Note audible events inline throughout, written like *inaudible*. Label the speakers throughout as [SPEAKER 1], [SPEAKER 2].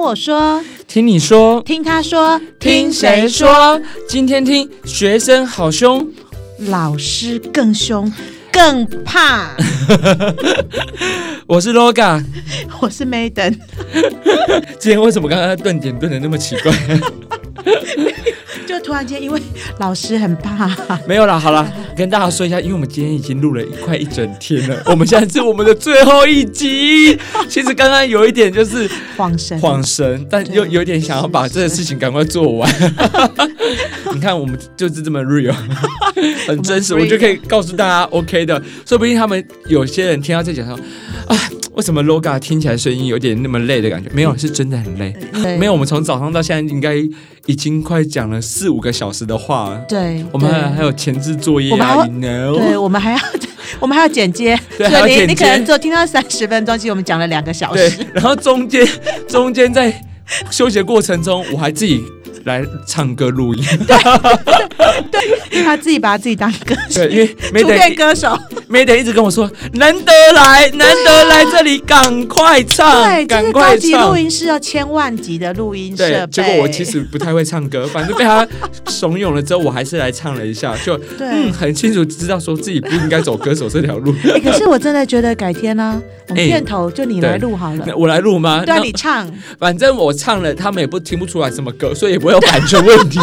[SPEAKER 1] 我说，
[SPEAKER 2] 听你说，
[SPEAKER 1] 听他说，
[SPEAKER 2] 听谁说？今天听学生好凶，
[SPEAKER 1] 老师更凶，更怕。 *laughs*
[SPEAKER 2] 我是 LOGA。
[SPEAKER 1] 我是 Maiden，
[SPEAKER 2] 今天为什么刚刚顿点顿的那么奇怪？
[SPEAKER 1] *laughs* 就突然间因为老师很怕，
[SPEAKER 2] *laughs* *laughs* 没有啦，好啦，跟大家说一下，因为我们今天已经录了快一整天了，我们现在是我们的最后一集。其实刚刚有一点就是
[SPEAKER 1] 慌神，
[SPEAKER 2] 晃神，但
[SPEAKER 1] 嗯对
[SPEAKER 2] 又有点想要把
[SPEAKER 1] 是
[SPEAKER 2] 这个事情赶快做
[SPEAKER 1] *laughs*
[SPEAKER 2] 完。你看，我们就是这么 real，很真实，
[SPEAKER 1] 我
[SPEAKER 2] 我
[SPEAKER 1] 们 real
[SPEAKER 2] 就可以告诉大家 OK 的。说不定他们有些人听到这讲说，啊，为什么 LOGA 听起来声音有点那么累的感觉？没有，是真的很累。
[SPEAKER 1] 嗯对
[SPEAKER 2] 没有，我们从早上到现在应该已经快讲了四五个小时的话了。
[SPEAKER 1] 对，
[SPEAKER 2] 我们还还
[SPEAKER 1] 有，
[SPEAKER 2] 有前置作业
[SPEAKER 1] 我们还
[SPEAKER 2] 啊
[SPEAKER 1] 会
[SPEAKER 2] ，you know，
[SPEAKER 1] 对我们还要， *laughs* 我们还要剪接，
[SPEAKER 2] 对
[SPEAKER 1] 所
[SPEAKER 2] 还要
[SPEAKER 1] 以
[SPEAKER 2] 剪
[SPEAKER 1] 你你
[SPEAKER 2] 接
[SPEAKER 1] 可能只有听到三十分钟，其实我们讲了两个小时。
[SPEAKER 2] 对，然后中间中间在休息的过程中，我还自己来唱歌录音，
[SPEAKER 1] 他自己把自己当歌手
[SPEAKER 2] *laughs* 对，，因为
[SPEAKER 1] *laughs*
[SPEAKER 2] 没
[SPEAKER 1] 初恋
[SPEAKER 2] 得
[SPEAKER 1] 歌手，
[SPEAKER 2] 没得一直跟我说，难得来，难得来这里，赶快唱，
[SPEAKER 1] 对，这
[SPEAKER 2] 赶
[SPEAKER 1] 是高
[SPEAKER 2] 快
[SPEAKER 1] 级录
[SPEAKER 2] 唱。
[SPEAKER 1] 音室要千万级的录音设
[SPEAKER 2] 对
[SPEAKER 1] 备。，
[SPEAKER 2] 结果我其实不太会唱歌，反正被他怂恿了之后，我还是来唱了一下，就
[SPEAKER 1] 对
[SPEAKER 2] 嗯，很清楚知道说自己不应该走歌手这条路。
[SPEAKER 1] 欸可是我真的觉得改天呢、我们
[SPEAKER 2] 哎
[SPEAKER 1] 片头 *laughs* 就你来
[SPEAKER 2] 对
[SPEAKER 1] 录好了。
[SPEAKER 2] 那我来录
[SPEAKER 1] *laughs*
[SPEAKER 2] 吗？
[SPEAKER 1] 对啊，
[SPEAKER 2] 那
[SPEAKER 1] 你唱，
[SPEAKER 2] 反正我唱了，他们也不听不出来什么歌，所以也不会有版权问
[SPEAKER 1] *laughs*
[SPEAKER 2] 题。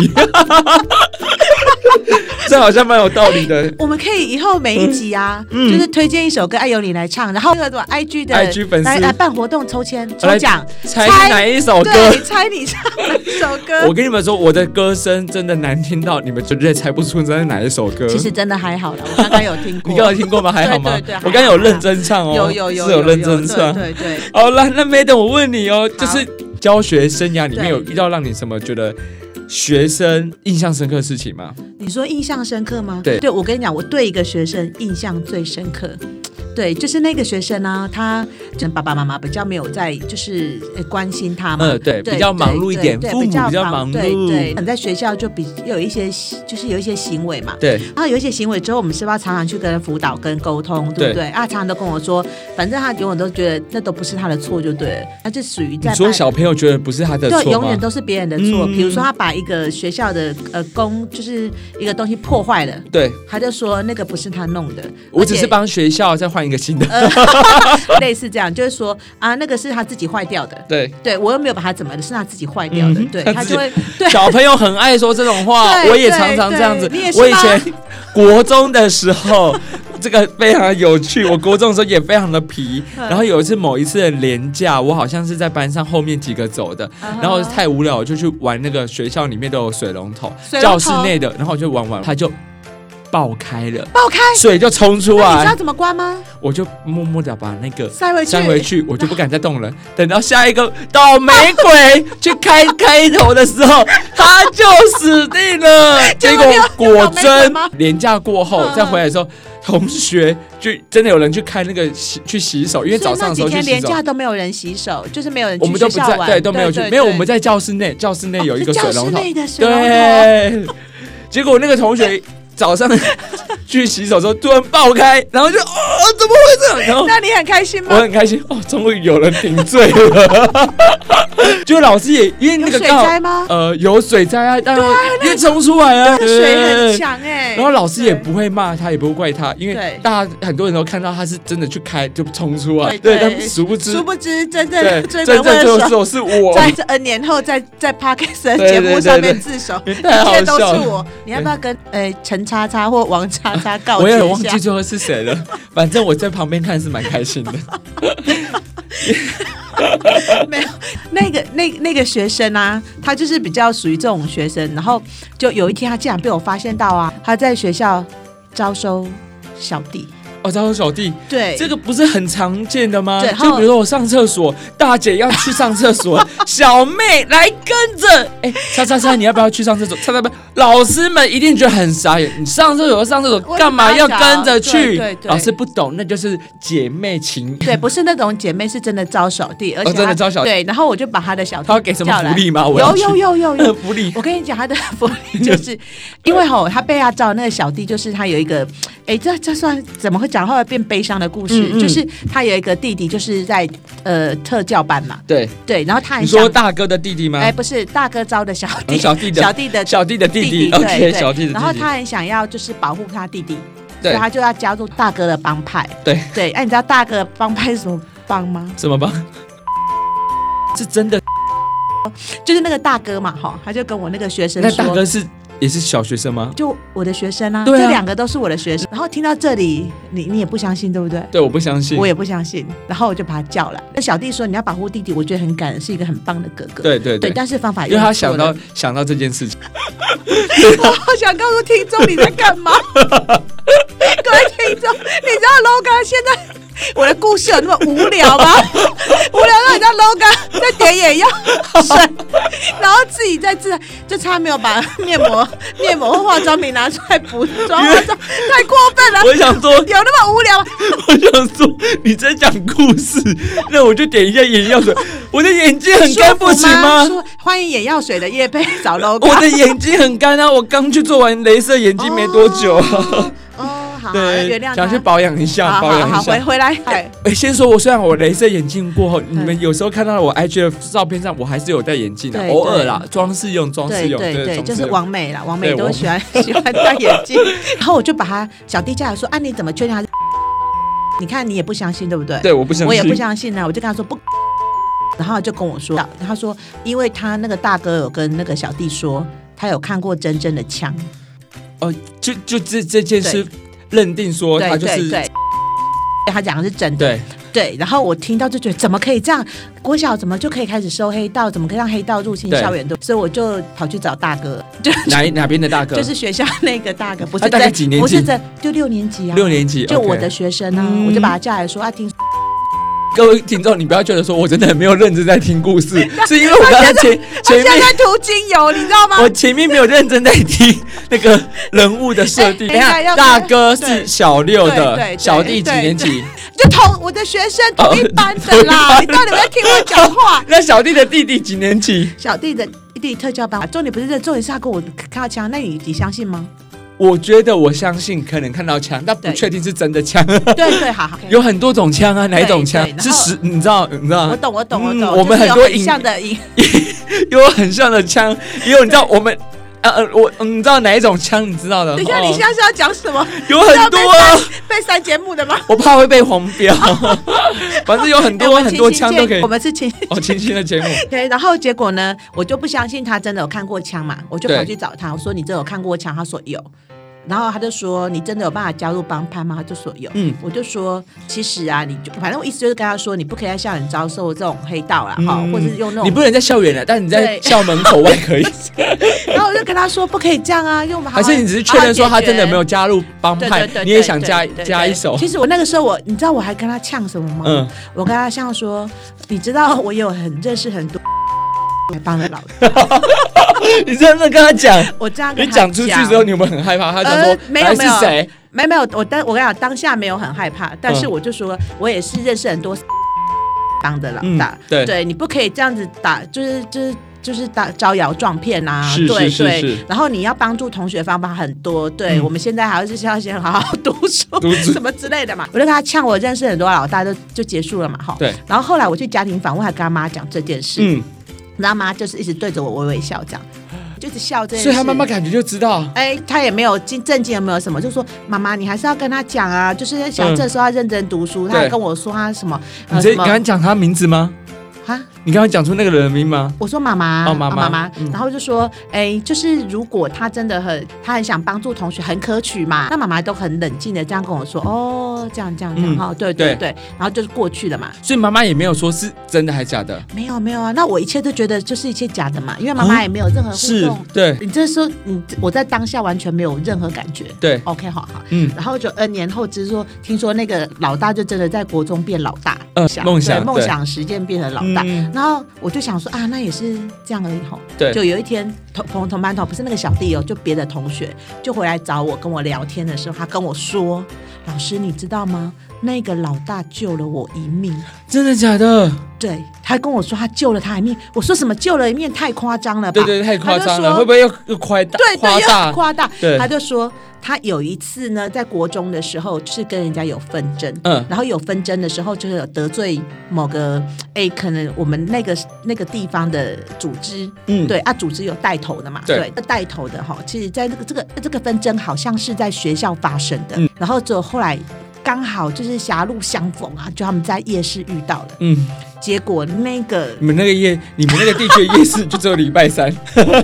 [SPEAKER 2] 这好像蛮有道理的。
[SPEAKER 1] 我们可以以后每一集啊，
[SPEAKER 2] 嗯
[SPEAKER 1] 就是推荐一首歌，哎，由你来唱，然后那个 IG 的
[SPEAKER 2] IG 粉丝
[SPEAKER 1] 来来办活动抽签抽
[SPEAKER 2] 来
[SPEAKER 1] 奖，
[SPEAKER 2] 猜
[SPEAKER 1] 猜
[SPEAKER 2] 哪一首歌？
[SPEAKER 1] 对，猜你唱哪一首
[SPEAKER 2] *laughs* 我
[SPEAKER 1] 歌。
[SPEAKER 2] 跟你们说，我的歌声真的难听到你们绝对猜不出这是哪一首歌。
[SPEAKER 1] 其实真的还好了，我刚刚有听过，
[SPEAKER 2] 你刚刚有听过吗？还好吗？
[SPEAKER 1] 对对还好
[SPEAKER 2] 我刚刚有认真唱哦，
[SPEAKER 1] 有有有
[SPEAKER 2] 是有认真唱。
[SPEAKER 1] 对对对。
[SPEAKER 2] 好了，那 Maiden，我问你哦，就是教学生涯里面
[SPEAKER 1] 对
[SPEAKER 2] 有遇到让你什么觉得学生印象深刻的事情吗？
[SPEAKER 1] 你说印象深刻吗？
[SPEAKER 2] 对
[SPEAKER 1] 我跟你讲，我对一个学生印象最深刻。对，就是那个学生呢、他就爸爸妈妈比较没有在，就是呃关心他嘛，
[SPEAKER 2] 嗯对比较忙碌一点
[SPEAKER 1] 对对
[SPEAKER 2] 父母
[SPEAKER 1] 比
[SPEAKER 2] 比较忙
[SPEAKER 1] 对
[SPEAKER 2] 碌
[SPEAKER 1] 对，嗯可能在学校就比有一些，就是有一些行为嘛，
[SPEAKER 2] 对，
[SPEAKER 1] 然后有一些行为之后，我们是不是要常常去跟他辅导、跟沟通，对不对？
[SPEAKER 2] 对
[SPEAKER 1] 啊，常常都跟我说，反正他永远都觉得那都不是他的错，就对了，那就属于在
[SPEAKER 2] 你说
[SPEAKER 1] 班
[SPEAKER 2] 小朋友觉得不是他的
[SPEAKER 1] 对，
[SPEAKER 2] 错
[SPEAKER 1] 永
[SPEAKER 2] 吗
[SPEAKER 1] 远？都是别人的错。
[SPEAKER 2] 嗯
[SPEAKER 1] 比如说，他把一个学校的呃工，就是一个东西破坏了，
[SPEAKER 2] 对，
[SPEAKER 1] 他就说那个不是他弄的，
[SPEAKER 2] 我
[SPEAKER 1] 而
[SPEAKER 2] 只
[SPEAKER 1] 且
[SPEAKER 2] 是
[SPEAKER 1] 呃
[SPEAKER 2] 帮学校再换一个新的。
[SPEAKER 1] 类似这样，就是说啊，那个是他自己坏掉的，
[SPEAKER 2] 对，
[SPEAKER 1] 对我又没有把它怎么的，是他自己坏掉的，
[SPEAKER 2] 嗯
[SPEAKER 1] 对
[SPEAKER 2] 他
[SPEAKER 1] 他
[SPEAKER 2] 自己
[SPEAKER 1] 就
[SPEAKER 2] *laughs*
[SPEAKER 1] 会对。
[SPEAKER 2] 小朋友很爱说这种话，
[SPEAKER 1] 对
[SPEAKER 2] 我也常常这样子
[SPEAKER 1] 对对你也。是吗
[SPEAKER 2] 我以前国中的时候， *laughs* 这个非常有趣。我国中的时候也非常的皮，
[SPEAKER 1] 嗯
[SPEAKER 2] 然后有一次某一次的连假，我好像是在班上后面几个走的，
[SPEAKER 1] 啊
[SPEAKER 2] 然后太无聊，我就去玩那个学校里面都有水龙头，
[SPEAKER 1] 水龙头
[SPEAKER 2] 教室内的，然后我就玩玩，它就爆开了，
[SPEAKER 1] 爆开，
[SPEAKER 2] 水就冲出
[SPEAKER 1] 那你知道
[SPEAKER 2] 来，
[SPEAKER 1] 怎么关吗？
[SPEAKER 2] 我就默默的把那个
[SPEAKER 1] 塞回去，
[SPEAKER 2] 站回去，我就不敢再动了。等到下一个倒霉鬼去开开头的时候，他就死
[SPEAKER 1] *laughs*
[SPEAKER 2] 定了。
[SPEAKER 1] 结
[SPEAKER 2] 结
[SPEAKER 1] 果
[SPEAKER 2] 果
[SPEAKER 1] 没有
[SPEAKER 2] 果
[SPEAKER 1] 有倒霉鬼
[SPEAKER 2] 真
[SPEAKER 1] 吗
[SPEAKER 2] 廉价过后
[SPEAKER 1] 嗯
[SPEAKER 2] 再回来的时候，同学就真的有人去开那个洗去洗手，因为早上的时
[SPEAKER 1] 所以那几
[SPEAKER 2] 候去
[SPEAKER 1] 天
[SPEAKER 2] 洗
[SPEAKER 1] 连
[SPEAKER 2] 手
[SPEAKER 1] 假。都没有人洗手，就是没有人
[SPEAKER 2] 我
[SPEAKER 1] 去
[SPEAKER 2] 们都
[SPEAKER 1] 学
[SPEAKER 2] 不
[SPEAKER 1] 校
[SPEAKER 2] 在，
[SPEAKER 1] 玩，
[SPEAKER 2] 对，都没有去，没有，我们
[SPEAKER 1] 在
[SPEAKER 2] 在教室内，教室内有一个水龙
[SPEAKER 1] 哦教
[SPEAKER 2] 头
[SPEAKER 1] 室，内的水龙头，
[SPEAKER 2] 对。 *laughs* 结果那个同学早上 *laughs* 去洗手的时候突然爆开，然后就哦，怎么会这样？然后
[SPEAKER 1] 那你很开心
[SPEAKER 2] 我
[SPEAKER 1] 吗？
[SPEAKER 2] 很开心哦，终于有人顶罪了。
[SPEAKER 1] *laughs*
[SPEAKER 2] 就老师也因为
[SPEAKER 1] 有
[SPEAKER 2] 那个
[SPEAKER 1] 水
[SPEAKER 2] 刚好
[SPEAKER 1] 灾吗？
[SPEAKER 2] 呃有水灾啊，当然因为冲出来啊，
[SPEAKER 1] 水很
[SPEAKER 2] 对 *laughs*
[SPEAKER 1] 强哎，
[SPEAKER 2] 然后老师也
[SPEAKER 1] 对
[SPEAKER 2] 不会骂他，也不会怪他，因
[SPEAKER 1] 对
[SPEAKER 2] 为大家很多人都看到他是真的去开就冲出来，
[SPEAKER 1] 对
[SPEAKER 2] 对，
[SPEAKER 1] 对
[SPEAKER 2] 但殊不知
[SPEAKER 1] 殊，不知，真
[SPEAKER 2] 对
[SPEAKER 1] 正，*laughs*
[SPEAKER 2] 真
[SPEAKER 1] 追
[SPEAKER 2] 正
[SPEAKER 1] 本
[SPEAKER 2] 最
[SPEAKER 1] 问
[SPEAKER 2] 后
[SPEAKER 1] 手，
[SPEAKER 2] 手是我。
[SPEAKER 1] 在这 N 年后，在在 p a r k s
[SPEAKER 2] 对
[SPEAKER 1] 节
[SPEAKER 2] 对
[SPEAKER 1] 目
[SPEAKER 2] 对
[SPEAKER 1] 上面
[SPEAKER 2] 对
[SPEAKER 1] 自首，
[SPEAKER 2] *laughs* 太好
[SPEAKER 1] 一切都
[SPEAKER 2] 笑
[SPEAKER 1] 是
[SPEAKER 2] 了
[SPEAKER 1] 我。你要不要跟呃陈叉叉或王叉
[SPEAKER 2] *laughs*
[SPEAKER 1] 叉告
[SPEAKER 2] 我也
[SPEAKER 1] 知一
[SPEAKER 2] 忘
[SPEAKER 1] 下
[SPEAKER 2] 记？最后是谁了，反正我在旁边看是蛮开心的。
[SPEAKER 1] *laughs* 没有，那个那那个学生啊，他就是比较属于这种学生。然后就有一天，他竟然被我发现到啊，他在学校招收小弟。
[SPEAKER 2] 哦，招手小弟，
[SPEAKER 1] 对，
[SPEAKER 2] 这个不是很常见的吗
[SPEAKER 1] 对？然
[SPEAKER 2] 就
[SPEAKER 1] 后
[SPEAKER 2] 比如说我上厕所，大姐要去上
[SPEAKER 1] *laughs*
[SPEAKER 2] 厕所，小妹来跟着，哎，叉叉叉，你要不要去上厕所？叉叉叉，老师们一定觉得很傻眼，你上厕所就上厕所
[SPEAKER 1] 我
[SPEAKER 2] 干嘛要
[SPEAKER 1] 我知道
[SPEAKER 2] 跟着去？
[SPEAKER 1] 对对对
[SPEAKER 2] 老师不懂，那就是姐妹情。
[SPEAKER 1] *laughs* 对，不是那种姐妹，是真的招小弟，而且
[SPEAKER 2] 哦真的
[SPEAKER 1] 他
[SPEAKER 2] 招小弟
[SPEAKER 1] 对，然后我就把他的小弟
[SPEAKER 2] 他要给什么
[SPEAKER 1] 叫来
[SPEAKER 2] 福利吗我
[SPEAKER 1] 有
[SPEAKER 2] 要去
[SPEAKER 1] 有有有
[SPEAKER 2] *laughs*
[SPEAKER 1] 有 *laughs*
[SPEAKER 2] 福利
[SPEAKER 1] 我跟你讲，他的福利就是，因为吼，他被他招的那个小弟，就是他有一个，哎，这这算怎么会讲后来变悲伤的故事，
[SPEAKER 2] 嗯嗯
[SPEAKER 1] 就是他有一个弟弟，就是在呃特教班嘛，
[SPEAKER 2] 对，
[SPEAKER 1] 对，然后他很
[SPEAKER 2] 你
[SPEAKER 1] 想
[SPEAKER 2] 说，大哥的弟弟吗？
[SPEAKER 1] 哎，不是大哥招的小弟，
[SPEAKER 2] 嗯小弟
[SPEAKER 1] *laughs*
[SPEAKER 2] 的
[SPEAKER 1] 小弟的
[SPEAKER 2] 小弟的弟
[SPEAKER 1] 弟弟，对
[SPEAKER 2] ，OK，
[SPEAKER 1] 对
[SPEAKER 2] 小弟的弟弟。
[SPEAKER 1] 然后他很想要就是保护他弟弟，所以
[SPEAKER 2] 对
[SPEAKER 1] 他就要加入大哥的帮派，
[SPEAKER 2] 对
[SPEAKER 1] 对，哎、你知道大哥的帮派是什么帮吗？
[SPEAKER 2] 怎
[SPEAKER 1] *laughs*
[SPEAKER 2] 么办？是真的？
[SPEAKER 1] 就是那个大哥嘛，哈，他就跟我那个学生
[SPEAKER 2] 那
[SPEAKER 1] 说，
[SPEAKER 2] 大哥是也是小学生吗？
[SPEAKER 1] 就我的学生啊，
[SPEAKER 2] 对啊
[SPEAKER 1] 这两个都是我的学生。然后听到这里，你你也不相信对不对？
[SPEAKER 2] 对，我不相信
[SPEAKER 1] 我。也不相信，然后我就把他叫来。那小弟说你要保护弟弟，我觉得很感人，是一个很棒的哥哥。
[SPEAKER 2] 对对对，
[SPEAKER 1] 但是方法
[SPEAKER 2] 因为他
[SPEAKER 1] 用错
[SPEAKER 2] 想
[SPEAKER 1] 了
[SPEAKER 2] 到想到这件事情，啊
[SPEAKER 1] 我好想告诉听众你在干
[SPEAKER 2] *laughs*
[SPEAKER 1] 嘛，各位听众，你知道 Logan 现在我的故事有那么无聊吗？
[SPEAKER 2] *laughs*
[SPEAKER 1] 无聊到你知道 Logan 在点眼药水，然后自己在自就差没有把面膜、面膜或化妆品拿出来补妆，化妆太过分了。
[SPEAKER 2] *laughs* 我想说，
[SPEAKER 1] 有那么无聊吗？
[SPEAKER 2] 我想说你在讲故事，那我就点一下眼药水。我的眼睛很干，不
[SPEAKER 1] 舒服
[SPEAKER 2] 行吗？
[SPEAKER 1] 舒欢迎眼药水的叶贝找 Logan。
[SPEAKER 2] 我的眼睛很干啊，我刚去做完镭射眼睛没多久啊。
[SPEAKER 1] 哦，好，
[SPEAKER 2] 对
[SPEAKER 1] 原谅，他
[SPEAKER 2] 想去保养一下，
[SPEAKER 1] 好
[SPEAKER 2] 保
[SPEAKER 1] 好
[SPEAKER 2] 养
[SPEAKER 1] 好，嗯
[SPEAKER 2] 一下
[SPEAKER 1] 回。回来。哎
[SPEAKER 2] 哎、先说我，虽然我镭射眼镜过后，你
[SPEAKER 1] 对
[SPEAKER 2] 们有时候看到我 IG 的照片上，我还是有戴眼镜的、啊
[SPEAKER 1] 对
[SPEAKER 2] 偶尔啦，装饰用，装饰
[SPEAKER 1] 对
[SPEAKER 2] 用，
[SPEAKER 1] 对对，
[SPEAKER 2] 装
[SPEAKER 1] 就
[SPEAKER 2] 饰
[SPEAKER 1] 是
[SPEAKER 2] 用
[SPEAKER 1] 王美啦，王美
[SPEAKER 2] 对
[SPEAKER 1] 都
[SPEAKER 2] 王
[SPEAKER 1] 喜欢 *laughs* 喜欢戴眼
[SPEAKER 2] *laughs*
[SPEAKER 1] 镜。然后我就把他小弟叫来说：“啊，你怎么确定他是？你看你也不相信，对不对？”
[SPEAKER 2] 对，我不相信，
[SPEAKER 1] 我也不相信呢、啊我就跟他说不。 *laughs* 然后就跟我说，他说，因为他那个大哥有跟那个小弟说，他有看过真正的枪，
[SPEAKER 2] 哦，就就这这件事认定说
[SPEAKER 1] 对
[SPEAKER 2] 他就
[SPEAKER 1] 对
[SPEAKER 2] 是
[SPEAKER 1] 对，他讲的是真的，
[SPEAKER 2] 对
[SPEAKER 1] 对，然后我听到就觉得怎么可以这样？国小怎么就可以开始收黑道？怎么可以让黑道入侵
[SPEAKER 2] 对
[SPEAKER 1] 校园？对，所以我就跑去找大哥，就
[SPEAKER 2] 哪哪边的大哥，啊
[SPEAKER 1] 就是学校那个大哥，不是
[SPEAKER 2] 他大
[SPEAKER 1] 在
[SPEAKER 2] 概几年级
[SPEAKER 1] 不是在就六年级啊，
[SPEAKER 2] 六年级，
[SPEAKER 1] 就
[SPEAKER 2] OK
[SPEAKER 1] 我的学生啊，
[SPEAKER 2] 嗯
[SPEAKER 1] 我就把他叫来说啊，听
[SPEAKER 2] 各位听众，你不要觉得说我真的很没有认真在听
[SPEAKER 1] *laughs*
[SPEAKER 2] 故事，是因为我刚刚前
[SPEAKER 1] 他
[SPEAKER 2] 前
[SPEAKER 1] 现在
[SPEAKER 2] 面
[SPEAKER 1] 在啊涂精油，你知道吗？
[SPEAKER 2] 我前面没有认真在听那个人物的设定。
[SPEAKER 1] 哎
[SPEAKER 2] 等一
[SPEAKER 1] 等一下要
[SPEAKER 2] 下，大哥是小六
[SPEAKER 1] 对对对
[SPEAKER 2] 的，小弟几年级？
[SPEAKER 1] 就同我的学生同一班的啦，
[SPEAKER 2] 哦？
[SPEAKER 1] 你到底有没有听我讲话
[SPEAKER 2] *laughs* 那小弟的弟弟几年级？
[SPEAKER 1] 小弟的弟弟特教班，啊重点不是这，重点是他跟我看到枪，那你你相信
[SPEAKER 2] *laughs*
[SPEAKER 1] 吗？
[SPEAKER 2] 我觉得我相信可能看到枪，但不
[SPEAKER 1] 对
[SPEAKER 2] 确定是真的枪。
[SPEAKER 1] 对对，好好，
[SPEAKER 2] *laughs* 有很多种枪啊，哪一种枪
[SPEAKER 1] 对对然
[SPEAKER 2] 是
[SPEAKER 1] 后
[SPEAKER 2] 实？你知道？你知道
[SPEAKER 1] 我？懂我懂我懂，
[SPEAKER 2] 嗯
[SPEAKER 1] 就是
[SPEAKER 2] 我们很
[SPEAKER 1] 有
[SPEAKER 2] 多
[SPEAKER 1] 很
[SPEAKER 2] 影
[SPEAKER 1] 像的影
[SPEAKER 2] 有很像
[SPEAKER 1] *laughs*
[SPEAKER 2] 的枪，也有你知道我们。呃呃，我嗯你知道哪一种枪？你知道的？
[SPEAKER 1] 等一下，
[SPEAKER 2] 哦
[SPEAKER 1] 你现在是要讲什么？
[SPEAKER 2] 有很多啊，
[SPEAKER 1] 被删节目的吗？
[SPEAKER 2] 我怕会被黄
[SPEAKER 1] *laughs*
[SPEAKER 2] 标。反正有很
[SPEAKER 1] 哎我
[SPEAKER 2] 多
[SPEAKER 1] 们
[SPEAKER 2] 很多
[SPEAKER 1] 亲亲
[SPEAKER 2] 枪
[SPEAKER 1] 见
[SPEAKER 2] 都可以
[SPEAKER 1] 我。们是亲
[SPEAKER 2] 哦，清新的节目，
[SPEAKER 1] 对，然后结果呢，我就不相信他真的有看过枪嘛，我就跑
[SPEAKER 2] 对
[SPEAKER 1] 去找他，我说你真的有看过枪？他说有，然后他就说你真的有办法加入帮派吗？他就说有，
[SPEAKER 2] 嗯
[SPEAKER 1] 我就说其实啊，你就反正我意思就是跟他说，你不可以在校园遭受这种黑道啦，哈、
[SPEAKER 2] 嗯
[SPEAKER 1] 或者是用那
[SPEAKER 2] 你
[SPEAKER 1] 种，
[SPEAKER 2] 不能在校园了，但你在
[SPEAKER 1] 对
[SPEAKER 2] 校门口外
[SPEAKER 1] *laughs*
[SPEAKER 2] 可以。
[SPEAKER 1] 然后我就跟他说不可以这样啊，用好好
[SPEAKER 2] 还是你只是确认说
[SPEAKER 1] 好好
[SPEAKER 2] 他
[SPEAKER 1] 解
[SPEAKER 2] 真的
[SPEAKER 1] 决
[SPEAKER 2] 没有加入帮
[SPEAKER 1] 对
[SPEAKER 2] 派
[SPEAKER 1] 对对，
[SPEAKER 2] 你也想
[SPEAKER 1] 对
[SPEAKER 2] 加
[SPEAKER 1] 对对
[SPEAKER 2] 加
[SPEAKER 1] 对
[SPEAKER 2] 一手？
[SPEAKER 1] 其实我那个时候我，你知道我还跟他呛什么吗？
[SPEAKER 2] 嗯
[SPEAKER 1] 我跟他呛说，你知道我有很认识很多帮的老师，
[SPEAKER 2] 你真的跟他讲？
[SPEAKER 1] 我这样
[SPEAKER 2] 你
[SPEAKER 1] 跟他
[SPEAKER 2] 讲出去之后，你有没有很害怕？他讲
[SPEAKER 1] 呃
[SPEAKER 2] 说
[SPEAKER 1] 没有
[SPEAKER 2] 来
[SPEAKER 1] 没有
[SPEAKER 2] 是谁？
[SPEAKER 1] 没有没有，我当我跟你讲，当下没有很害怕，但是
[SPEAKER 2] 嗯
[SPEAKER 1] 我就说，我也是认识很多帮的老
[SPEAKER 2] 嗯
[SPEAKER 1] 大，，
[SPEAKER 2] 对，
[SPEAKER 1] 你不可以这样子打，就是就是。就是打招摇撞骗啊，
[SPEAKER 2] 是
[SPEAKER 1] 对
[SPEAKER 2] 是是
[SPEAKER 1] 对
[SPEAKER 2] 是，
[SPEAKER 1] 然后你要帮助同学方法很多，对、
[SPEAKER 2] 嗯
[SPEAKER 1] 我们现在还要是要先好好读书，
[SPEAKER 2] 独自
[SPEAKER 1] 什么之类的嘛。我就跟他呛，我认识很多老大就就结束了嘛，哈。
[SPEAKER 2] 对。
[SPEAKER 1] 然后后来我去家庭访问，还跟他妈讲这件事，
[SPEAKER 2] 嗯，
[SPEAKER 1] 然后他妈就是一直对着我微微笑，这样，就是笑这件事。
[SPEAKER 2] 所以他妈妈感觉就知道。
[SPEAKER 1] 哎，他也没有进正经，也没有什么，就说妈妈，你还是要跟他讲啊，就是小
[SPEAKER 2] 嗯
[SPEAKER 1] 这时候要认真读书。他还
[SPEAKER 2] 对
[SPEAKER 1] 跟我说他什么，
[SPEAKER 2] 你
[SPEAKER 1] 呃，
[SPEAKER 2] 这
[SPEAKER 1] 什
[SPEAKER 2] 你
[SPEAKER 1] 么
[SPEAKER 2] 刚刚讲他名字吗？
[SPEAKER 1] 啊？
[SPEAKER 2] 你刚刚讲出那个人的名吗？
[SPEAKER 1] 我说妈妈，
[SPEAKER 2] 哦妈妈
[SPEAKER 1] 妈妈，
[SPEAKER 2] 嗯
[SPEAKER 1] 然后就说，哎，就是如果他真的很，他很想帮助同学，很可取嘛。那妈妈都很冷静的这样跟我说，哦，这样这样这样
[SPEAKER 2] 嗯
[SPEAKER 1] 哈、对对
[SPEAKER 2] 对
[SPEAKER 1] 对，然后就是过去了嘛。
[SPEAKER 2] 所以妈妈也没有说是真的还假的，
[SPEAKER 1] 没有没有啊，那我一切都觉得就是一切假的嘛，因为妈妈
[SPEAKER 2] 啊
[SPEAKER 1] 也没有任何呃互
[SPEAKER 2] 是
[SPEAKER 1] 动。
[SPEAKER 2] 对
[SPEAKER 1] 你这时候，你我在当下完全没有任何感觉。
[SPEAKER 2] 对，
[SPEAKER 1] OK，好好。
[SPEAKER 2] 嗯，
[SPEAKER 1] 然后就 N 年后，只是说听说那个老大就真的在国中变老大，
[SPEAKER 2] 呃梦
[SPEAKER 1] 对
[SPEAKER 2] 想
[SPEAKER 1] 梦
[SPEAKER 2] 对
[SPEAKER 1] 想实践变成老大。
[SPEAKER 2] 嗯
[SPEAKER 1] 然后我就想说啊，那也是这样而已吼。
[SPEAKER 2] 对
[SPEAKER 1] 就有一天同同同班同不是那个小弟哦，就别的同学就回来找我跟我聊天的时候，他跟我说：“老师，你知道吗？那个老大救了我一命。
[SPEAKER 2] 真的假的？
[SPEAKER 1] 对，他跟我说他救了他一命，我说什么救了一命太夸张了吧？
[SPEAKER 2] 对对，太夸张
[SPEAKER 1] 他就
[SPEAKER 2] 了，
[SPEAKER 1] 说
[SPEAKER 2] 会不会又又夸大？
[SPEAKER 1] 对
[SPEAKER 2] 夸
[SPEAKER 1] 对，要
[SPEAKER 2] 大？
[SPEAKER 1] 夸大。
[SPEAKER 2] 对
[SPEAKER 1] 他就说他有一次呢，在国中的时候是跟人家有纷争，
[SPEAKER 2] 嗯
[SPEAKER 1] 然后有纷争的时候就是有得罪某个，哎，可能我们那个那个地方的组织，
[SPEAKER 2] 嗯
[SPEAKER 1] 对啊，组织有带头的嘛，
[SPEAKER 2] 对
[SPEAKER 1] 对，带头的哈，其实在这个这个这个纷争好像是在学校发生的，
[SPEAKER 2] 嗯
[SPEAKER 1] 然后就后来刚好就是狭路相逢啊，就他们在夜市遇到了，
[SPEAKER 2] 嗯，
[SPEAKER 1] 结果那个
[SPEAKER 2] 你们那个夜，你们那个地区的夜市就只有礼拜三，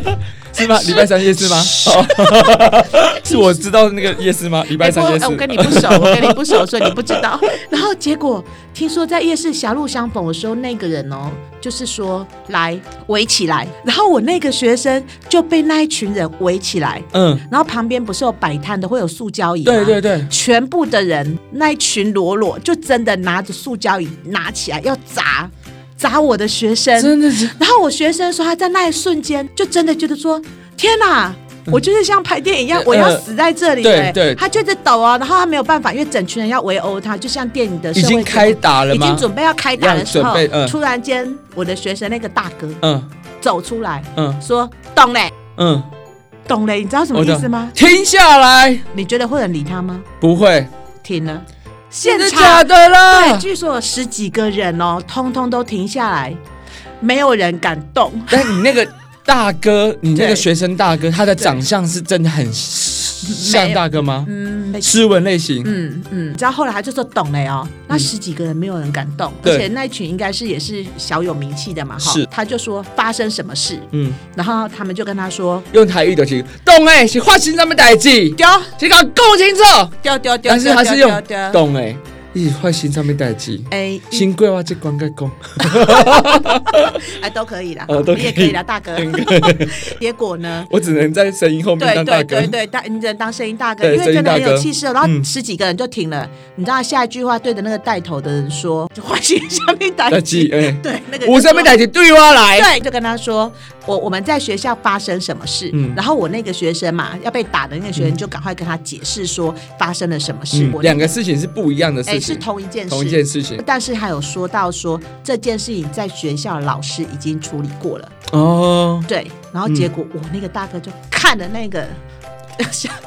[SPEAKER 2] *laughs* 是吗？礼拜三夜市吗？哦 *laughs* 是我知道的那个夜市吗？礼拜
[SPEAKER 1] 哎，
[SPEAKER 2] 三
[SPEAKER 1] 不
[SPEAKER 2] 夜
[SPEAKER 1] 哎我跟
[SPEAKER 2] 市。
[SPEAKER 1] 你不熟，我跟你不熟，所以你不知
[SPEAKER 2] *laughs*
[SPEAKER 1] 道。然后结果听说在夜市狭路相逢的时候，那个人哦，就是说来围起来，然后我那个学生就被那一群人围起来，
[SPEAKER 2] 嗯，
[SPEAKER 1] 然后旁边不是有摆摊的，会有塑胶椅吗？
[SPEAKER 2] 对对对，
[SPEAKER 1] 全部的人那一群裸裸就真的拿着塑胶椅拿起来要砸砸我的学生，
[SPEAKER 2] 真的是
[SPEAKER 1] 然后我学生说他在那一瞬间就真的觉得说，天哪！我就是像拍电影一样
[SPEAKER 2] 嗯，
[SPEAKER 1] 我要死在这里、
[SPEAKER 2] 对
[SPEAKER 1] 欸
[SPEAKER 2] 对
[SPEAKER 1] 他就在抖啊，然后他没有办法，因为整群人要围殴他，就像电影的社
[SPEAKER 2] 已
[SPEAKER 1] 会
[SPEAKER 2] 经开打了
[SPEAKER 1] 已经
[SPEAKER 2] 吗？
[SPEAKER 1] 准备要开打的时
[SPEAKER 2] 要
[SPEAKER 1] 候
[SPEAKER 2] 准备，嗯
[SPEAKER 1] 突然间我的学生那个大哥
[SPEAKER 2] 嗯
[SPEAKER 1] 走出来
[SPEAKER 2] 嗯
[SPEAKER 1] 说：“懂嘞，
[SPEAKER 2] 嗯，
[SPEAKER 1] 懂嘞，你知道什么
[SPEAKER 2] 我
[SPEAKER 1] 意
[SPEAKER 2] 懂
[SPEAKER 1] 思吗？
[SPEAKER 2] 停下来，
[SPEAKER 1] 你觉得会有人理他吗？
[SPEAKER 2] 不会，
[SPEAKER 1] 停了，现
[SPEAKER 2] 真的
[SPEAKER 1] 场
[SPEAKER 2] 假的啦
[SPEAKER 1] 对，？据说有十几个人哦，通通都停下来，没有人敢动。”
[SPEAKER 2] 但你那个大哥，你那
[SPEAKER 1] 对
[SPEAKER 2] 个学生大哥，他的长相是真的很像大哥吗？
[SPEAKER 1] 嗯，没
[SPEAKER 2] 斯文类型，
[SPEAKER 1] 嗯嗯，直到后来他就说懂了哦，那
[SPEAKER 2] 嗯
[SPEAKER 1] 十几个人没有人敢动，
[SPEAKER 2] 对
[SPEAKER 1] 而且那一群应该是也是小有名气的嘛，哈
[SPEAKER 2] 是，
[SPEAKER 1] 他就说发生什么事，
[SPEAKER 2] 嗯，
[SPEAKER 1] 然后他们就跟他说
[SPEAKER 2] 用台语就是，懂哎，是发生什么代志？
[SPEAKER 1] 丢
[SPEAKER 2] 这个讲清楚。
[SPEAKER 1] 丢丢丢，
[SPEAKER 2] 但是
[SPEAKER 1] 丢
[SPEAKER 2] 他是
[SPEAKER 1] 丢
[SPEAKER 2] 用
[SPEAKER 1] 丢丢
[SPEAKER 2] 懂哎，一发生什么代志？
[SPEAKER 1] 哎
[SPEAKER 2] 新规划这关该讲，
[SPEAKER 1] 哎都可以啦，
[SPEAKER 2] 哦都
[SPEAKER 1] 你也
[SPEAKER 2] 可
[SPEAKER 1] 可
[SPEAKER 2] 以
[SPEAKER 1] 以啦， *laughs* 大哥。结果 *laughs* 呢？
[SPEAKER 2] *laughs* 我只能在声音后面
[SPEAKER 1] 对
[SPEAKER 2] 当
[SPEAKER 1] 对
[SPEAKER 2] 大哥
[SPEAKER 1] 对。对，当你只能当声音大哥，
[SPEAKER 2] 对
[SPEAKER 1] 因为真的很
[SPEAKER 2] 声音
[SPEAKER 1] 有
[SPEAKER 2] 大哥
[SPEAKER 1] 气势哦。然后
[SPEAKER 2] 嗯
[SPEAKER 1] 十几个人就停了，你知道下一句话对着那个带头的人说：“唤醒下面打
[SPEAKER 2] 代志哎，
[SPEAKER 1] 对，那个人就
[SPEAKER 2] 有什
[SPEAKER 1] 说
[SPEAKER 2] 么代志对我来？
[SPEAKER 1] 对，就跟他说我我们在学校发生什么事，
[SPEAKER 2] 嗯
[SPEAKER 1] 然后我那个学生嘛要被打的那个学生就赶快跟他解释说发生了什么事，
[SPEAKER 2] 嗯
[SPEAKER 1] 我
[SPEAKER 2] 两个事情是不一样的
[SPEAKER 1] 哎
[SPEAKER 2] 事
[SPEAKER 1] 是
[SPEAKER 2] 情，
[SPEAKER 1] 同一件事，
[SPEAKER 2] 同一件事情
[SPEAKER 1] 但是还有说到说这件事情在学校老师已经处理过了，
[SPEAKER 2] 哦。
[SPEAKER 1] 对，然后结果我那个大哥就看了那个。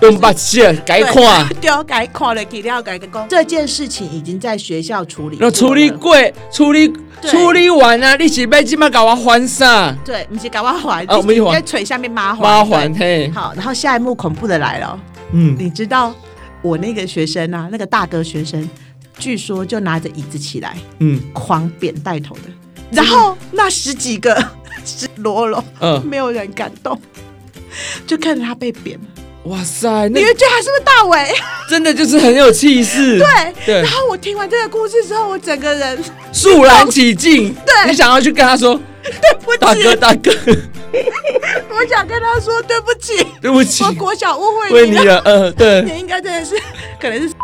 [SPEAKER 2] 用把线改看，
[SPEAKER 1] *laughs* 对，对，改看了，给料改个工。这件事情已经在学校处理过
[SPEAKER 2] 那
[SPEAKER 1] 了，
[SPEAKER 2] 处理过，处理
[SPEAKER 1] 对
[SPEAKER 2] 处理完啊，你是要即马搞我还啥？
[SPEAKER 1] 对，不是搞我还，
[SPEAKER 2] 啊我们一环
[SPEAKER 1] 在垂下面麻
[SPEAKER 2] 麻
[SPEAKER 1] 对
[SPEAKER 2] 烦嘿，
[SPEAKER 1] 好，然后下一幕恐怖的来了哦，
[SPEAKER 2] 嗯，
[SPEAKER 1] 你知道我那个学生啊，那个大哥学生，据说就拿着椅子起来
[SPEAKER 2] 嗯
[SPEAKER 1] 狂扁带头的，然后那十几个 *laughs* 是裸裸，
[SPEAKER 2] 嗯，
[SPEAKER 1] 没有人敢动，就看着他被扁了。
[SPEAKER 2] 哇塞，
[SPEAKER 1] 你
[SPEAKER 2] 那
[SPEAKER 1] 们觉得他是不是大伟？
[SPEAKER 2] 真的就是很有气势，
[SPEAKER 1] 对。
[SPEAKER 2] 对
[SPEAKER 1] 然，后我听完这个故事之后，我整个人 *laughs*
[SPEAKER 2] 肃然起敬。
[SPEAKER 1] 对
[SPEAKER 2] 你想要去跟他说，
[SPEAKER 1] 对不
[SPEAKER 2] 大哥
[SPEAKER 1] 起，*laughs*
[SPEAKER 2] 大哥，
[SPEAKER 1] 我想跟他说对不起，
[SPEAKER 2] 对不起
[SPEAKER 1] 我，国小误会
[SPEAKER 2] 为
[SPEAKER 1] 你
[SPEAKER 2] 你
[SPEAKER 1] 了。
[SPEAKER 2] 了，嗯，对，
[SPEAKER 1] 你应该真的是，可能是。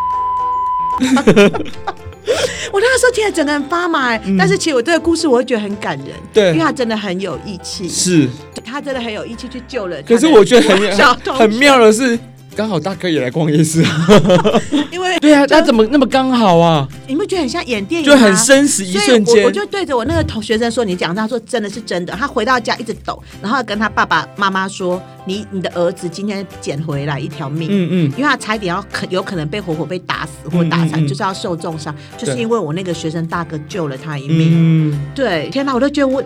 [SPEAKER 1] 我那时候听了整个人发麻、欸但是其实我这个故事我会觉得很感人，
[SPEAKER 2] 嗯对
[SPEAKER 1] 因为他真的很有义气，
[SPEAKER 2] 是。
[SPEAKER 1] 他真的很有义气去救了他的
[SPEAKER 2] 可是我觉得
[SPEAKER 1] 小
[SPEAKER 2] 很
[SPEAKER 1] 同
[SPEAKER 2] 很
[SPEAKER 1] 学
[SPEAKER 2] 妙的是，刚好大哥也来逛
[SPEAKER 1] *laughs*
[SPEAKER 2] 夜市啊。
[SPEAKER 1] 因为
[SPEAKER 2] 对啊，他怎么那么刚好啊？
[SPEAKER 1] 你们觉得很像演电影、
[SPEAKER 2] 就
[SPEAKER 1] 啊，
[SPEAKER 2] 很生死，一
[SPEAKER 1] 所以
[SPEAKER 2] 瞬
[SPEAKER 1] 我我
[SPEAKER 2] 间。
[SPEAKER 1] 就对着我那个同学生说：“你讲，他说真的是真的。”他回到家一直抖，然后跟他爸爸妈妈说：“你你的儿子今天捡回来一条命。
[SPEAKER 2] 嗯嗯，
[SPEAKER 1] 因为他差一点要可有可能被活活被打死或打残，
[SPEAKER 2] 嗯嗯嗯
[SPEAKER 1] 就是要受重伤，就是
[SPEAKER 2] 对
[SPEAKER 1] 因为我那个学生大哥救了他一命。
[SPEAKER 2] 嗯，
[SPEAKER 1] 对，天哪，我都觉得我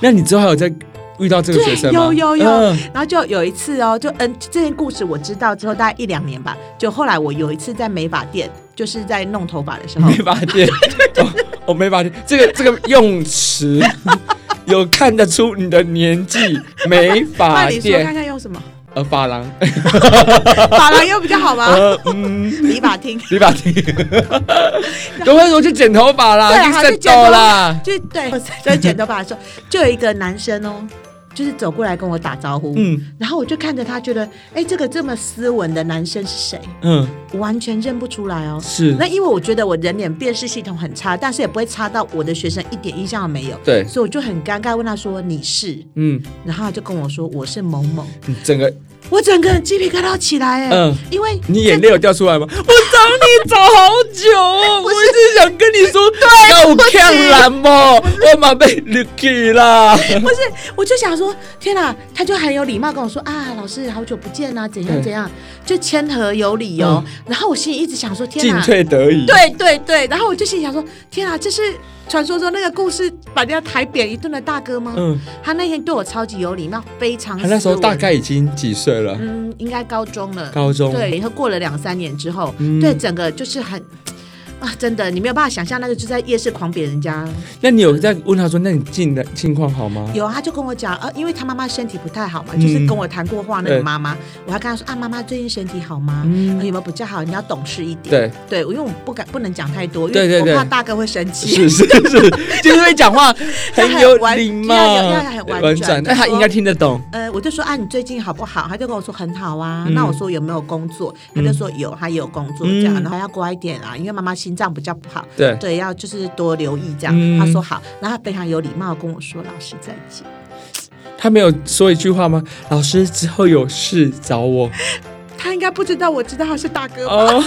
[SPEAKER 2] 那你之后还有再遇到这个学生吗？
[SPEAKER 1] 有有有
[SPEAKER 2] 嗯，
[SPEAKER 1] 然后就有一次哦，就嗯，这件故事我知道之后大概一两年吧，就后来我有一次在美发店，就是在弄头发的时候
[SPEAKER 2] 没，法点，哦我没法点。这个这个用词有看得出你的年纪，没
[SPEAKER 1] 那
[SPEAKER 2] 法
[SPEAKER 1] 你说看
[SPEAKER 2] 点，
[SPEAKER 1] 看用什么？
[SPEAKER 2] 呃，发廊， *laughs*
[SPEAKER 1] 发廊用比较好吗？
[SPEAKER 2] 呃，嗯，
[SPEAKER 1] 理发
[SPEAKER 2] *laughs*
[SPEAKER 1] 厅。
[SPEAKER 2] 理发厅，都会说去剪头发
[SPEAKER 1] 对，
[SPEAKER 2] 啦，
[SPEAKER 1] 好
[SPEAKER 2] 啊
[SPEAKER 1] 就
[SPEAKER 2] 去剪
[SPEAKER 1] 剪
[SPEAKER 2] 头
[SPEAKER 1] 头
[SPEAKER 2] 啦，
[SPEAKER 1] 就对，我在剪头发的时候，就有一个男生哦，就是走过来跟我打招呼，
[SPEAKER 2] 嗯
[SPEAKER 1] 然后我就看着他，觉得哎，这个这么斯文的男生是谁？
[SPEAKER 2] 嗯，
[SPEAKER 1] 我完全认不出来哦。
[SPEAKER 2] 是
[SPEAKER 1] 那，因为我觉得我人脸辨识系统很差，但是也不会差到我的学生一点印象都没有，
[SPEAKER 2] 对，
[SPEAKER 1] 所以我就很尴尬问他说你是，
[SPEAKER 2] 嗯，
[SPEAKER 1] 然后他就跟我说我是某某，
[SPEAKER 2] 你整个
[SPEAKER 1] 我整个鸡皮疙瘩起来哎、
[SPEAKER 2] 嗯
[SPEAKER 1] 因为
[SPEAKER 2] 你眼泪有掉出来 *laughs* 吗？我找你找好久哦，我一直想跟你说，要
[SPEAKER 1] 不起
[SPEAKER 2] 看蓝哦，我马被 lucky 啦。
[SPEAKER 1] 不是，我就想说，天哪、他就很有礼貌跟我说啊，老师好久不见啊，怎样
[SPEAKER 2] 对
[SPEAKER 1] 怎样，就谦和有礼哦。然后我心里一直想说，天
[SPEAKER 2] 嗯进
[SPEAKER 1] 哪、
[SPEAKER 2] 退得已。
[SPEAKER 1] 对对对，然后我就心里想说，天啊，这是传说中那个故事把人家抬扁一顿的大哥吗？
[SPEAKER 2] 嗯，
[SPEAKER 1] 他那天对我超级有礼貌，非常斯
[SPEAKER 2] 他
[SPEAKER 1] 文。
[SPEAKER 2] 那时候大概已经几岁了？
[SPEAKER 1] 嗯，应该高中了。
[SPEAKER 2] 高中。
[SPEAKER 1] 对，以后过了两三年之后，
[SPEAKER 2] 嗯
[SPEAKER 1] 对整个就是很啊，真的你没有办法想象那个就在夜市狂扁人家。
[SPEAKER 2] 那你有在问他说，那你近的近况好吗？
[SPEAKER 1] 有啊，他就跟我讲，呃，因为他妈妈身体不太好嘛，
[SPEAKER 2] 嗯
[SPEAKER 1] 就是跟我谈过话那
[SPEAKER 2] 对
[SPEAKER 1] 个妈妈，我还跟他说啊，妈妈最近身体好吗？
[SPEAKER 2] 嗯
[SPEAKER 1] 呃有没有比较好？你要懂事一点。
[SPEAKER 2] 对，
[SPEAKER 1] 对，因为我不敢不能讲太多，因
[SPEAKER 2] 对对
[SPEAKER 1] 为我
[SPEAKER 2] 对
[SPEAKER 1] 怕大哥会生气。
[SPEAKER 2] 是是
[SPEAKER 1] *laughs*
[SPEAKER 2] 是，就是会讲话很有礼貌，
[SPEAKER 1] 要很婉要要很婉转
[SPEAKER 2] 那他应该听得懂。
[SPEAKER 1] 呃，我就说啊，你最近好不好？他就跟我说很好啊。
[SPEAKER 2] 嗯
[SPEAKER 1] 那我说有没有工作？他就说有，他也有工作
[SPEAKER 2] 嗯
[SPEAKER 1] 这样，然后要乖一点啊，因为妈妈心脏比较不好，
[SPEAKER 2] 对，
[SPEAKER 1] 对，要就是多留意这样。
[SPEAKER 2] 嗯
[SPEAKER 1] 他说好，然后他非常有礼貌地跟我说老师再见。
[SPEAKER 2] 他没有说一句话吗？老师之后有事
[SPEAKER 1] *laughs*
[SPEAKER 2] 找我
[SPEAKER 1] 他应该不知道我知道他是大哥吧，
[SPEAKER 2] 哦。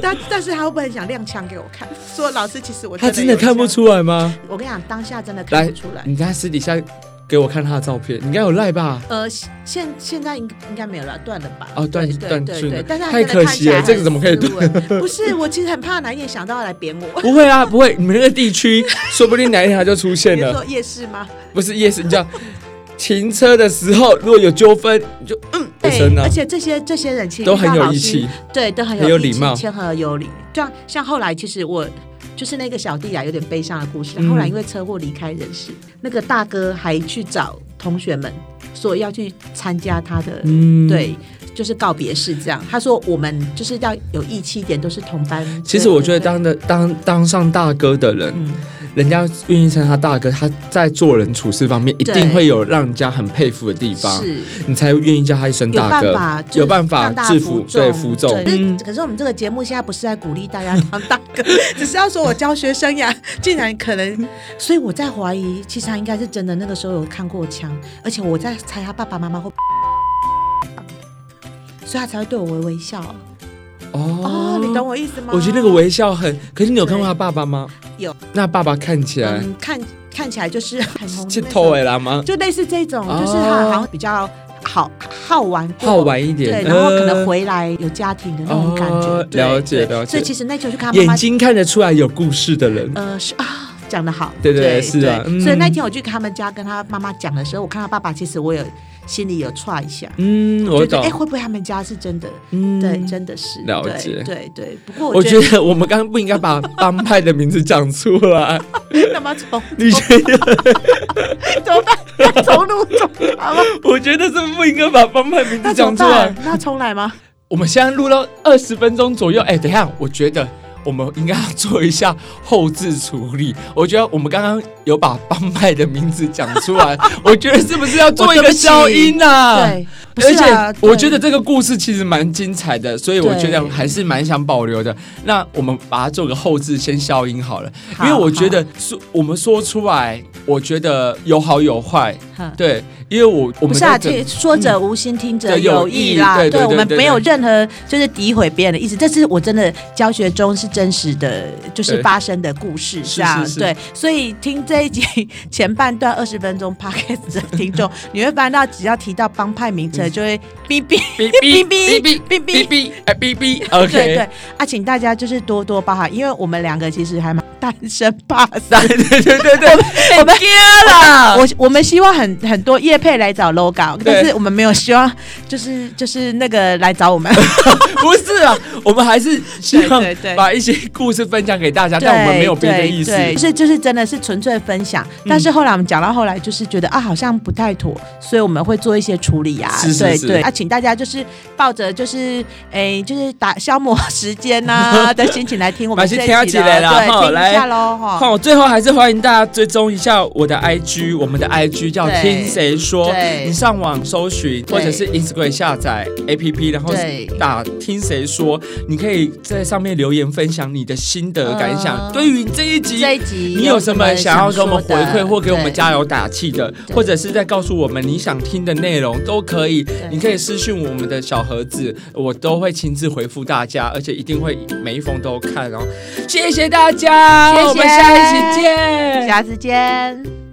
[SPEAKER 1] 但但是他会不会很想亮枪给我看？说老师其实我
[SPEAKER 2] 他真的
[SPEAKER 1] 有
[SPEAKER 2] 看不
[SPEAKER 1] 枪。
[SPEAKER 2] 出来吗？
[SPEAKER 1] 我跟你讲，当下真的看
[SPEAKER 2] 来
[SPEAKER 1] 不出，来。
[SPEAKER 2] 你在私底下给我看他的照片，你应该有赖吧？
[SPEAKER 1] 呃，现现在应应该没有了，断了吧？
[SPEAKER 2] 嗯哦断
[SPEAKER 1] 对
[SPEAKER 2] 断
[SPEAKER 1] 对
[SPEAKER 2] 顺
[SPEAKER 1] 对
[SPEAKER 2] 了
[SPEAKER 1] 对，但是他
[SPEAKER 2] 太
[SPEAKER 1] 真的
[SPEAKER 2] 可
[SPEAKER 1] 看
[SPEAKER 2] 惜
[SPEAKER 1] 起来
[SPEAKER 2] 了这个
[SPEAKER 1] 很
[SPEAKER 2] 怎么可以
[SPEAKER 1] 斯文
[SPEAKER 2] *laughs*
[SPEAKER 1] 不是，我其实很怕哪一天想到他来扁我。
[SPEAKER 2] 不会啊，不会，你们那个地区，说不定哪一天他就出现
[SPEAKER 1] *laughs* 你是
[SPEAKER 2] 了。
[SPEAKER 1] 说夜市吗？
[SPEAKER 2] 不是 yes，你叫 *laughs* 停车的时候如果有纠纷，你就嗯一声啊
[SPEAKER 1] 而，且这些这些人其实
[SPEAKER 2] 都很
[SPEAKER 1] 遇到
[SPEAKER 2] 有
[SPEAKER 1] 老
[SPEAKER 2] 义
[SPEAKER 1] 师
[SPEAKER 2] 气，
[SPEAKER 1] 对，都很
[SPEAKER 2] 很有
[SPEAKER 1] 义气
[SPEAKER 2] 礼貌
[SPEAKER 1] 谦和有礼。这样像后来，其实我就是那个小弟啊，有点悲伤的故事。
[SPEAKER 2] 嗯
[SPEAKER 1] 后来因为车祸离开人世，那个大哥还去找同学们说要去参加他的，
[SPEAKER 2] 嗯，。
[SPEAKER 1] 对，就是告别式这样。他说我们就是要有义气一点，都是同班。
[SPEAKER 2] 其实
[SPEAKER 1] 对
[SPEAKER 2] 我觉得，
[SPEAKER 1] 对
[SPEAKER 2] 当的当当上大哥的人，
[SPEAKER 1] 嗯，
[SPEAKER 2] 人家愿意称他大哥，他在做人处事方面一
[SPEAKER 1] 对
[SPEAKER 2] 定会有让人家很佩服的地方，
[SPEAKER 1] 是。
[SPEAKER 2] 你才愿意叫他一声
[SPEAKER 1] 有
[SPEAKER 2] 大
[SPEAKER 1] 办
[SPEAKER 2] 哥
[SPEAKER 1] 法，，就是
[SPEAKER 2] 有办法
[SPEAKER 1] 让大家
[SPEAKER 2] 制服
[SPEAKER 1] 众
[SPEAKER 2] 对服众。
[SPEAKER 1] 对
[SPEAKER 2] 嗯
[SPEAKER 1] 可是我们这个节目现在不是在鼓励大家当 *laughs* 大哥，只是要说我教学生涯竟然可能，所以我在怀疑，其实他应该是真的那个时候有看过枪，而且我在猜他爸爸妈妈会。所以他才会对我微微笑哦，你懂我意思吗？
[SPEAKER 2] 我觉得那个微笑很，可是你有看过他爸爸吗？
[SPEAKER 1] 有，
[SPEAKER 2] 那爸爸看起来
[SPEAKER 1] 嗯，看看起来就是
[SPEAKER 2] *laughs*
[SPEAKER 1] 很红的
[SPEAKER 2] 是
[SPEAKER 1] 那
[SPEAKER 2] 头
[SPEAKER 1] 种
[SPEAKER 2] 尾啦吗？
[SPEAKER 1] 就类似这种，就是他好像比较好好玩过，
[SPEAKER 2] 哦好玩一点，
[SPEAKER 1] 对，然后可能
[SPEAKER 2] 呃
[SPEAKER 1] 回来有家庭的那种感觉，
[SPEAKER 2] 哦
[SPEAKER 1] 对
[SPEAKER 2] 了解
[SPEAKER 1] 对
[SPEAKER 2] 了解
[SPEAKER 1] 所以其实那就是看他妈
[SPEAKER 2] 眼
[SPEAKER 1] 妈，
[SPEAKER 2] 睛看得出来有故事的人，
[SPEAKER 1] 呃，是啊，讲的好，
[SPEAKER 2] 对对是啊嗯
[SPEAKER 1] 所以那天我去他们家跟他妈妈讲的时候，我看他爸爸，其实我有心里有踹一下，
[SPEAKER 2] 嗯，我
[SPEAKER 1] 觉得
[SPEAKER 2] 懂
[SPEAKER 1] 哎，，会不会他们家是真的？
[SPEAKER 2] 嗯，
[SPEAKER 1] 对，真的是
[SPEAKER 2] 了
[SPEAKER 1] 对
[SPEAKER 2] 解
[SPEAKER 1] 对对。不过
[SPEAKER 2] 我
[SPEAKER 1] 我
[SPEAKER 2] 觉
[SPEAKER 1] 觉
[SPEAKER 2] 得我们刚刚不应该把帮派的名字讲出来，
[SPEAKER 1] 得那么从
[SPEAKER 2] 你觉得？
[SPEAKER 1] 怎么办？要重录重来
[SPEAKER 2] *laughs*
[SPEAKER 1] 吗？
[SPEAKER 2] 我觉得是不应该把帮派名字
[SPEAKER 1] 那怎
[SPEAKER 2] 讲
[SPEAKER 1] 么
[SPEAKER 2] 出来
[SPEAKER 1] 办。？那重来吗？
[SPEAKER 2] 我们现在录到二十分钟左右，哎、等一下，我觉得我们应该要做一下后置处理。我觉得我们刚刚有把帮派的名字讲出
[SPEAKER 1] *laughs*
[SPEAKER 2] 来，我觉得是不是要做一个消音啊？
[SPEAKER 1] 对，不是啊
[SPEAKER 2] 而且我
[SPEAKER 1] 对
[SPEAKER 2] 觉得这个故事其实蛮精彩的，所以我觉得
[SPEAKER 1] 对
[SPEAKER 2] 还是蛮想保留的。那我们把它做个后置，先消音好了，
[SPEAKER 1] 好
[SPEAKER 2] 因为我觉得说我们说出来，我觉得有好有坏，
[SPEAKER 1] 哈
[SPEAKER 2] 对，因为我我
[SPEAKER 1] 不
[SPEAKER 2] 们
[SPEAKER 1] 是啊，
[SPEAKER 2] 在整
[SPEAKER 1] 这说者无心，听者
[SPEAKER 2] 对有
[SPEAKER 1] 有
[SPEAKER 2] 意
[SPEAKER 1] 意啦。
[SPEAKER 2] 对对对
[SPEAKER 1] 我们
[SPEAKER 2] 对对
[SPEAKER 1] 没有任何就是诋毁别人的意思，这是我真的教学中是真实的，就是
[SPEAKER 2] 对
[SPEAKER 1] 发生的故事
[SPEAKER 2] 是
[SPEAKER 1] 这样
[SPEAKER 2] 是。是
[SPEAKER 1] 对，所以听这一集前半段二十分钟 *laughs* podcast 的听众，你会发现到只要提到帮派名
[SPEAKER 2] 嗯
[SPEAKER 1] 称，就会哔哔
[SPEAKER 2] 哔
[SPEAKER 1] 哔哔
[SPEAKER 2] 哔哔哔
[SPEAKER 1] 哔哔
[SPEAKER 2] 哔哔哎哔哔，OK，
[SPEAKER 1] 对对啊，请大家就是多多包涵，因为我们两个其实还蛮单身怕死。
[SPEAKER 2] 对对 *laughs* 对对对，
[SPEAKER 1] 我们
[SPEAKER 2] *laughs* 啦
[SPEAKER 1] 我我们希望很很多叶配来找 LOGO，
[SPEAKER 2] 对
[SPEAKER 1] 但是我们没有希望，就是就是那个来找我们。
[SPEAKER 2] 不是啊，我们还是希望
[SPEAKER 1] 对对对
[SPEAKER 2] 把一些故事分享给大家，
[SPEAKER 1] 对
[SPEAKER 2] 啊但我们没有别的意思。嗯
[SPEAKER 1] 对对就是就是真的是纯粹分享。但是后来我们讲到后来，就是觉得啊，好像不太妥，所以我们会做一些处理啊。
[SPEAKER 2] 是是是
[SPEAKER 1] 对对，啊，请大家就是抱着就是诶，就是打消磨时间
[SPEAKER 2] *laughs*
[SPEAKER 1] 呐、的心情来听我们
[SPEAKER 2] 蛮
[SPEAKER 1] 这
[SPEAKER 2] 是
[SPEAKER 1] 一
[SPEAKER 2] 听
[SPEAKER 1] 集
[SPEAKER 2] 起
[SPEAKER 1] 的，
[SPEAKER 2] 来啦
[SPEAKER 1] 对，
[SPEAKER 2] 吼
[SPEAKER 1] 听一
[SPEAKER 2] 来
[SPEAKER 1] 下喽哈。
[SPEAKER 2] 好，最后还是欢迎大家追踪一下我的 IG，我们的 IG 叫
[SPEAKER 1] 对
[SPEAKER 2] 听谁说
[SPEAKER 1] 对，
[SPEAKER 2] 你上网搜寻
[SPEAKER 1] 对
[SPEAKER 2] 或者是 Instagram 下载 APP，然后
[SPEAKER 1] 对
[SPEAKER 2] 打听谁说，你可以在上面留言分享你的心得感想。
[SPEAKER 1] 嗯
[SPEAKER 2] 对于这一集，
[SPEAKER 1] 这一集
[SPEAKER 2] 你有什么想要给我们回馈或给我们
[SPEAKER 1] 家
[SPEAKER 2] 加油打气的，
[SPEAKER 1] 对
[SPEAKER 2] 或者是在告诉我们你想听的内容都可以，你可以私讯我们的小盒子，我都会亲自回复大家，而且一定会每一封都看哦。谢谢大家，
[SPEAKER 1] 谢谢
[SPEAKER 2] 我们下一期见，
[SPEAKER 1] 下次见。